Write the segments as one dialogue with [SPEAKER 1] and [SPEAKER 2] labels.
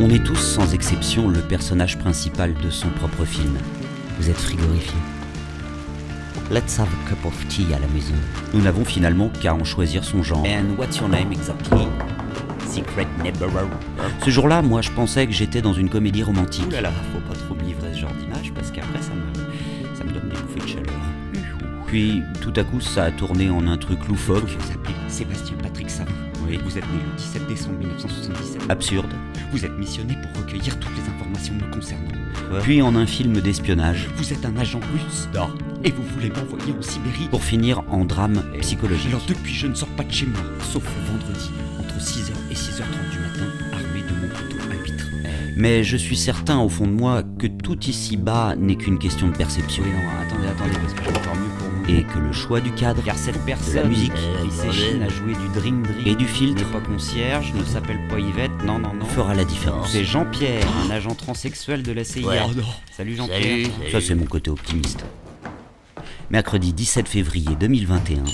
[SPEAKER 1] On est tous sans exception le personnage principal de son propre film. Vous êtes frigorifié. Let's have a cup of tea à la maison. Nous n'avons finalement qu'à en choisir son genre. And what's your name exactly? Secret Neighbor. Ce jour-là, moi, je pensais que j'étais dans une comédie romantique. Ouh là là, faut pas trop me livrer ce genre d'image parce qu'après, ça me, ça me donne des bouffées de chaleur. Puis, tout à coup, ça a tourné en un truc loufoque.
[SPEAKER 2] Vous appelez Sébastien Patrick Savin.
[SPEAKER 1] Oui.
[SPEAKER 2] Vous êtes né le 17 décembre 1977.
[SPEAKER 1] Absurde.
[SPEAKER 2] Vous êtes missionné pour recueillir toutes les informations me concernant.
[SPEAKER 1] Puis en un film d'espionnage.
[SPEAKER 2] Vous êtes un agent russe.
[SPEAKER 1] Non.
[SPEAKER 2] Et vous voulez m'envoyer en Sibérie.
[SPEAKER 1] Pour finir en drame psychologique.
[SPEAKER 2] Alors depuis, je ne sors pas de chez moi, sauf le vendredi, entre 6h et 6h30 du matin, armé de mon couteau à huître.
[SPEAKER 1] Mais je suis certain au fond de moi que tout ici-bas n'est qu'une question de perception.
[SPEAKER 2] Oui, non, attendez, attendez, parce que j'ai encore mieux pour vous. Eh,
[SPEAKER 1] Et que le choix du cadre,
[SPEAKER 2] Car cette
[SPEAKER 1] de
[SPEAKER 2] personne
[SPEAKER 1] la musique
[SPEAKER 2] qui s'échine à jouer du drink drink
[SPEAKER 1] euh, et du filtre
[SPEAKER 2] n'est pas concierge, ne s'appelle pas Yvette, non, non, non.
[SPEAKER 1] fera la différence.
[SPEAKER 2] C'est Jean-Pierre, un agent transsexuel de la CIA.
[SPEAKER 3] Ouais.
[SPEAKER 2] Salut Jean-Pierre.
[SPEAKER 1] Ça, c'est mon côté optimiste. Mercredi 17 février 2021,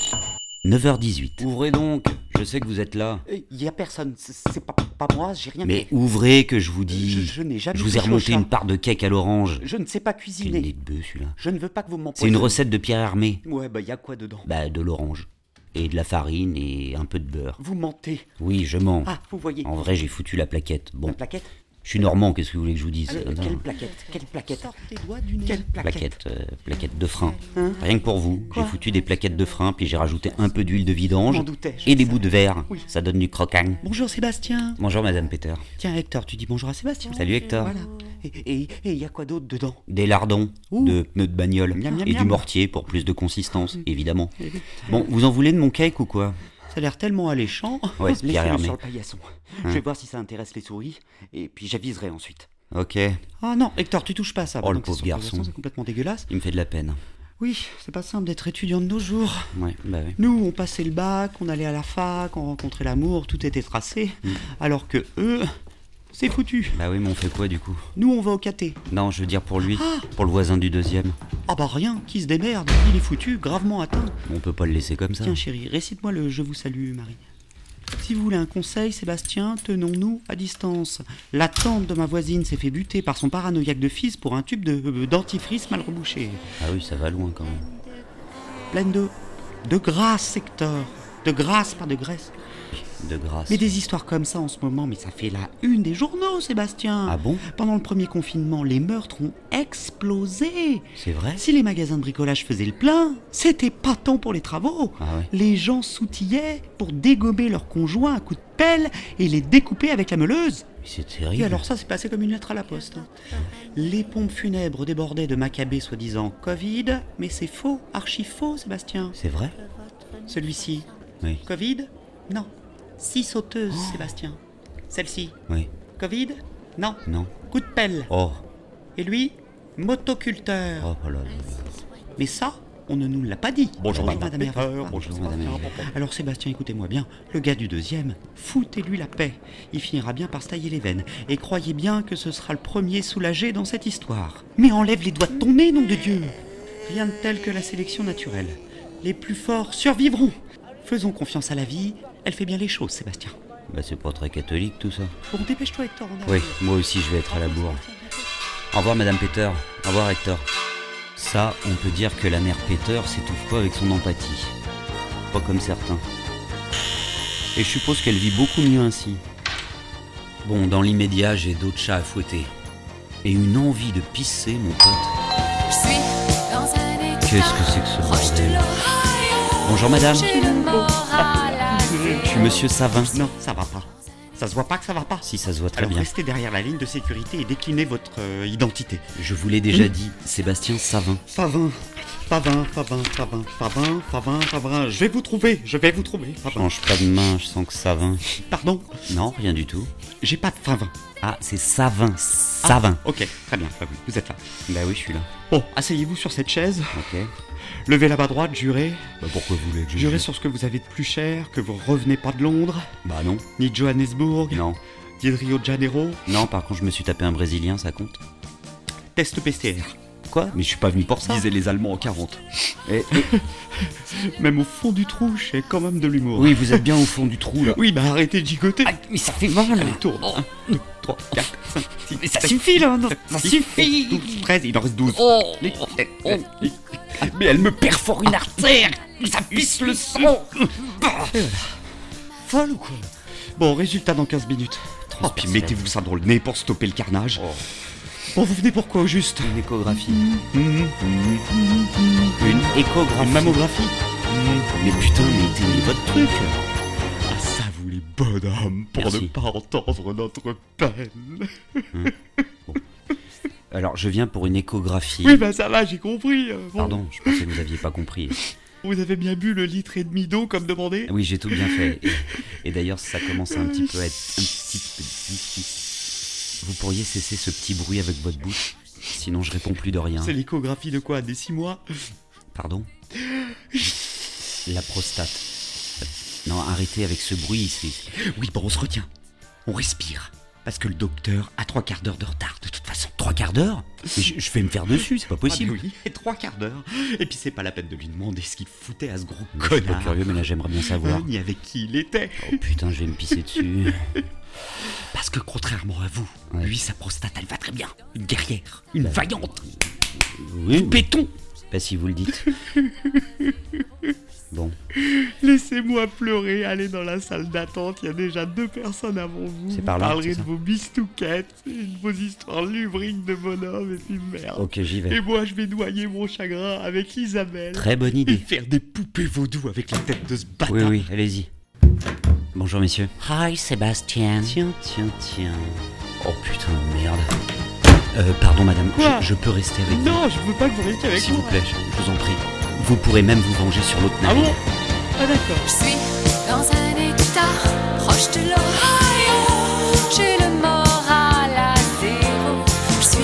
[SPEAKER 1] 9h18. Ouvrez donc, je sais que vous êtes là.
[SPEAKER 3] Il Euh, y a personne, c'est c'est pas, pas moi, j'ai rien
[SPEAKER 1] Mais
[SPEAKER 3] fait.
[SPEAKER 1] ouvrez que je vous
[SPEAKER 3] Je,
[SPEAKER 1] dis.
[SPEAKER 3] je n'ai jamais
[SPEAKER 1] Je vous ai
[SPEAKER 3] touché au
[SPEAKER 1] remonté
[SPEAKER 3] chat.
[SPEAKER 1] une part de cake à l'orange.
[SPEAKER 3] Je ne sais pas
[SPEAKER 1] Quel nez
[SPEAKER 3] cuisiner.
[SPEAKER 1] de bœuf, celui-là.
[SPEAKER 3] Je ne veux pas que vous m'empoisonnez.
[SPEAKER 1] C'est une recette de Pierre Hermé.
[SPEAKER 3] Ouais, bah y a quoi dedans
[SPEAKER 1] Bah, de l'orange. Et de la farine et un peu de beurre.
[SPEAKER 3] Vous mentez.
[SPEAKER 1] Oui, je mens.
[SPEAKER 3] Ah, vous voyez.
[SPEAKER 1] En vrai, j'ai foutu la plaquette. Bon,
[SPEAKER 3] La plaquette
[SPEAKER 1] je suis normand, qu'est-ce que vous voulez que je vous dise
[SPEAKER 3] Euh,
[SPEAKER 1] Attends.
[SPEAKER 3] Quelle plaquette Quelle plaquette Quelle plaquette
[SPEAKER 1] Plaquettes, euh, plaquettes de frein.
[SPEAKER 3] Hein?
[SPEAKER 1] Rien que pour vous, j'ai foutu des plaquettes de frein, puis j'ai rajouté un peu d'huile de vidange
[SPEAKER 3] M'en doutais, je
[SPEAKER 1] et des bouts de verre. Ça donne du croquant.
[SPEAKER 3] Bonjour Sébastien.
[SPEAKER 1] Bonjour Madame Peter.
[SPEAKER 3] Tiens Hector, tu dis bonjour à Sébastien.
[SPEAKER 1] Salut Hector.
[SPEAKER 3] Voilà. Et et- et y a quoi d'autre dedans
[SPEAKER 1] Des lardons,
[SPEAKER 3] Ouh.
[SPEAKER 1] de pneus de bagnole
[SPEAKER 3] Miam, miam,
[SPEAKER 1] et du
[SPEAKER 3] miam.
[SPEAKER 1] mortier pour plus de consistance, évidemment. Bon, vous en voulez de mon cake ou quoi
[SPEAKER 3] Ça a l'air tellement alléchant.
[SPEAKER 1] Ouais, c'est Hein. Pierre
[SPEAKER 3] Laissez-le
[SPEAKER 1] Hermé.
[SPEAKER 3] sur le paillasson. Je vais voir si ça intéresse les souris, et puis j'aviserai ensuite.
[SPEAKER 1] Ok,
[SPEAKER 3] Ah non, Hector, tu touches pas à ça.
[SPEAKER 1] Oh, le
[SPEAKER 3] donc c'est
[SPEAKER 1] pauvre
[SPEAKER 3] sur paillasson,
[SPEAKER 1] garçon.
[SPEAKER 3] C'est complètement dégueulasse.
[SPEAKER 1] il me fait de la peine.
[SPEAKER 3] Oui, c'est pas simple d'être étudiant de nos jours.
[SPEAKER 1] Ouais, bah oui.
[SPEAKER 3] Nous, on passait le bac, on allait à la fac, on rencontrait l'amour, tout était tracé. Alors que eux, c'est foutu.
[SPEAKER 1] Bah oui, mais on fait quoi du coup
[SPEAKER 3] Nous, on va au caté.
[SPEAKER 1] Non, je veux dire pour lui,
[SPEAKER 3] Ah
[SPEAKER 1] pour le voisin du deuxième.
[SPEAKER 3] Ah bah rien, qui se démerde, il est foutu, gravement atteint.
[SPEAKER 1] On peut pas le laisser comme ça.
[SPEAKER 3] Tiens chérie, récite-moi le Je vous salue Marie. Si vous voulez un conseil, Sébastien, tenons-nous à distance. La tante de ma voisine s'est fait buter par son paranoïaque de fils pour un tube de euh, dentifrice mal rebouché.
[SPEAKER 1] Ah oui, ça va loin quand même.
[SPEAKER 3] Pleine de... De grâce, Hector. De grâce, pas de graisse.
[SPEAKER 1] De grâce.
[SPEAKER 3] Mais des histoires comme ça en ce moment, mais ça fait la une des journaux, Sébastien.
[SPEAKER 1] Ah bon
[SPEAKER 3] Pendant le premier confinement, les meurtres ont explosé.
[SPEAKER 1] C'est vrai
[SPEAKER 3] Si les magasins de bricolage faisaient le plein, c'était pas tant pour les travaux.
[SPEAKER 1] Ah ouais.
[SPEAKER 3] Les gens s'outillaient pour dégommer leurs conjoints à coups de pelle et les découper avec la meuleuse.
[SPEAKER 1] Mais C'est terrible.
[SPEAKER 3] Et alors ça, c'est passé comme une lettre à la poste. hein. Les pompes funèbres débordaient de macabées soi-disant Covid, mais c'est faux, archi faux, Sébastien.
[SPEAKER 1] C'est vrai
[SPEAKER 3] Celui-ci,
[SPEAKER 1] Oui,
[SPEAKER 3] Covid Non. Six sauteuses, Sébastien. Celle-ci.
[SPEAKER 1] oui,
[SPEAKER 3] Covid Non.
[SPEAKER 1] non.
[SPEAKER 3] Coup de pelle.
[SPEAKER 1] Oh,
[SPEAKER 3] Et lui Motoculteur.
[SPEAKER 1] oh là là.
[SPEAKER 3] Mais ça, on ne nous l'a pas dit.
[SPEAKER 1] Bonjour, madame
[SPEAKER 3] Hervé. Ah,
[SPEAKER 1] Bonjour madame. Hervé.
[SPEAKER 3] Alors Sébastien, écoutez-moi bien, le gars du deuxième, foutez-lui la paix. Il finira bien par se tailler les veines. Et croyez bien que ce sera le premier soulagé dans cette histoire. Mais enlève les doigts de ton nez, nom de Dieu Rien de tel que la sélection naturelle. Les plus forts survivront. Faisons confiance à la vie, elle fait bien les choses, Sébastien.
[SPEAKER 1] Bah c'est pas très catholique tout ça.
[SPEAKER 3] Bon, dépêche-toi, Hector, on
[SPEAKER 1] Oui, moi aussi je vais être à la bourre. Au revoir madame Peter. Au revoir Hector. Ça, on peut dire que la mère Peter s'étouffe pas avec son empathie. Pas comme certains. Et je suppose qu'elle vit beaucoup mieux ainsi. Bon, dans l'immédiat, j'ai d'autres chats à fouetter. Et une envie de pisser, mon pote.
[SPEAKER 4] Je suis dans un état
[SPEAKER 1] Qu'est-ce que c'est que ce
[SPEAKER 4] proche
[SPEAKER 1] bordel
[SPEAKER 4] de l'Ohio.
[SPEAKER 1] Bonjour madame.
[SPEAKER 4] J'ai le moral assez
[SPEAKER 1] Je suis monsieur Savin.
[SPEAKER 3] Non, ça va pas. Ça se voit pas que ça va pas.
[SPEAKER 1] Si ça se voit très
[SPEAKER 3] Alors
[SPEAKER 1] bien.
[SPEAKER 3] restez derrière la ligne de sécurité et déclinez votre euh, identité.
[SPEAKER 1] Je vous l'ai déjà dit, Sébastien Savin.
[SPEAKER 3] Favin, Favin, Favin, Favin, Favin, Favin, Favin, je vais vous trouver, je vais vous trouver. Favin.
[SPEAKER 1] Change pas de main, je sens que Savin.
[SPEAKER 3] Pardon,
[SPEAKER 1] Non, rien du tout.
[SPEAKER 3] j'ai pas de Favin.
[SPEAKER 1] Ah, c'est Savin.
[SPEAKER 3] Ah,
[SPEAKER 1] Savin.
[SPEAKER 3] ok, très bien, très bien, vous êtes là.
[SPEAKER 1] Bah oui, je suis là.
[SPEAKER 3] Bon, asseyez-vous sur cette chaise,
[SPEAKER 1] Ok.
[SPEAKER 3] levez la bas droite, jurez,
[SPEAKER 1] Bah pourquoi vous voulez que
[SPEAKER 3] jurez sur ce que vous avez de plus cher, que vous revenez pas de Londres,
[SPEAKER 1] Bah non.
[SPEAKER 3] ni de Johannesburg,
[SPEAKER 1] Non.
[SPEAKER 3] ni de Rio de Janeiro.
[SPEAKER 1] Non, par contre, je me suis tapé un Brésilien, ça compte
[SPEAKER 3] Test PCR.
[SPEAKER 1] Quoi Mais je suis pas venu pour ça. Eh,
[SPEAKER 3] disaient les Allemands en 40. Et, et- Même au fond du trou, j'ai quand même de l'humour.
[SPEAKER 1] Oui, vous êtes bien au fond du trou là.
[SPEAKER 3] Oui, bah arrêtez de gigoter.
[SPEAKER 1] Aïe, Ah, mais ça fait mal.
[SPEAKER 3] Allez, tourne. 1, 2, 3, 4, 5, 6,
[SPEAKER 1] Mais ça suffit là, non, ça suffit.
[SPEAKER 3] 12, 13, il en reste 12.
[SPEAKER 1] Oh, oh,
[SPEAKER 3] Mais elle me
[SPEAKER 1] perfore une artère, ça pisse le sang.
[SPEAKER 3] Folle ou quoi Bon, résultat dans 15 minutes. Oh, puis mettez-vous ça dans le nez pour stopper le carnage.
[SPEAKER 1] Oh.
[SPEAKER 3] Bon, vous venez pour quoi au juste
[SPEAKER 1] Une échographie.
[SPEAKER 3] Une
[SPEAKER 1] Échographie.
[SPEAKER 3] Une mammographie
[SPEAKER 1] Mais putain, mais éteignez votre truc.
[SPEAKER 3] Ah, ça vous les bonhommes, pour
[SPEAKER 1] Merci.
[SPEAKER 3] ne pas entendre notre peine.
[SPEAKER 1] Alors, je viens pour une échographie.
[SPEAKER 3] Oui, bah ça va, j'ai compris. euh, bon,
[SPEAKER 1] Pardon, je pensais que vous aviez pas compris.
[SPEAKER 3] Vous avez bien bu le litre et demi d'eau comme demandé
[SPEAKER 1] Eh Oui, j'ai tout bien fait. Et, et d'ailleurs, ça commence un petit peu à être un petit peu difficile. Vous pourriez cesser ce petit bruit avec votre bouche Sinon, je réponds plus de rien.
[SPEAKER 3] C'est l'échographie de quoi Des 6 mois
[SPEAKER 1] Pardon La prostate. Non, arrêtez avec ce bruit, c'est...
[SPEAKER 3] Oui, bon, on se retient. On respire. Parce que le docteur a trois quarts d'heure de retard, de toute façon.
[SPEAKER 1] Trois quarts d'heure Mais je, je vais me faire dessus, c'est pas
[SPEAKER 3] Possible,
[SPEAKER 1] possible.
[SPEAKER 3] Ah, oui. Et trois quarts d'heure. Et puis c'est pas la peine de lui demander ce qu'il foutait à ce gros
[SPEAKER 1] Je suis pas
[SPEAKER 3] connard.
[SPEAKER 1] curieux, mais là, j'aimerais bien savoir.
[SPEAKER 3] Ni avec qui il était.
[SPEAKER 1] Oh putain, je vais me pisser dessus.
[SPEAKER 3] Parce que contrairement à vous,
[SPEAKER 1] Ouais.
[SPEAKER 3] lui, sa prostate, elle va très bien. Une guerrière, une vaillante,
[SPEAKER 1] Oui, mais-
[SPEAKER 3] du béton.
[SPEAKER 1] pas si vous le dites. Bon,
[SPEAKER 5] Laissez-moi pleurer, allez dans la salle d'attente, il y a déjà deux personnes avant vous.
[SPEAKER 1] C'est
[SPEAKER 5] vous
[SPEAKER 1] par là, c'est
[SPEAKER 5] parlerez
[SPEAKER 1] ça
[SPEAKER 5] de vos bistouquettes, et de vos histoires lubriques de bonhomme et puis merde.
[SPEAKER 1] ok, j'y vais.
[SPEAKER 5] Et moi je vais noyer mon chagrin avec Isabelle.
[SPEAKER 1] Très bonne
[SPEAKER 3] Et
[SPEAKER 1] idée.
[SPEAKER 3] faire des poupées vaudou avec la tête de ce bâtard.
[SPEAKER 1] Oui, oui, allez-y. Bonjour, messieurs.
[SPEAKER 2] Hi, Sébastien.
[SPEAKER 1] Tiens, tiens, tiens. Oh putain, merde. Euh, pardon, madame,
[SPEAKER 5] Quoi
[SPEAKER 1] je, je peux rester avec vous
[SPEAKER 5] Non, je veux pas que vous restiez avec
[SPEAKER 1] S'il vous
[SPEAKER 5] moi.
[SPEAKER 1] plaît, je, je vous en prie. Vous pourrez même vous venger sur l'autre
[SPEAKER 5] Ah
[SPEAKER 1] navire.
[SPEAKER 5] bon Ah d'accord.
[SPEAKER 4] Je suis dans un état proche de l'Ohio. J'ai le moral à zéro. Je suis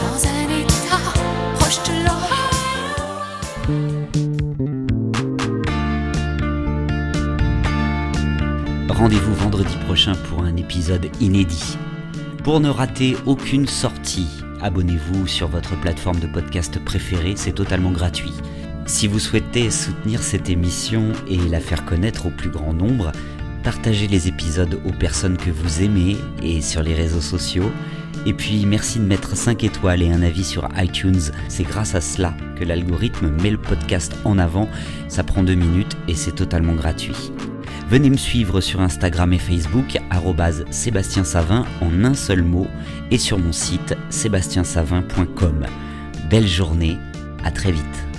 [SPEAKER 4] dans un état proche de l'Ohio.
[SPEAKER 1] Rendez-vous vendredi prochain pour un épisode inédit. Pour ne rater aucune sortie, abonnez-vous sur votre plateforme de podcast préférée, c'est totalement gratuit. Si vous souhaitez soutenir cette émission et la faire connaître au plus grand nombre, partagez les épisodes aux personnes que vous aimez et sur les réseaux sociaux. Et puis merci de mettre 5 étoiles et un avis sur iTunes. C'est grâce à cela que l'algorithme met le podcast en avant. Ça prend 2 minutes et c'est totalement gratuit. Venez me suivre sur Instagram et Facebook, arrobase Sébastien Savin en un seul mot, et sur mon site sébastiensavin.com. Belle journée, à très vite.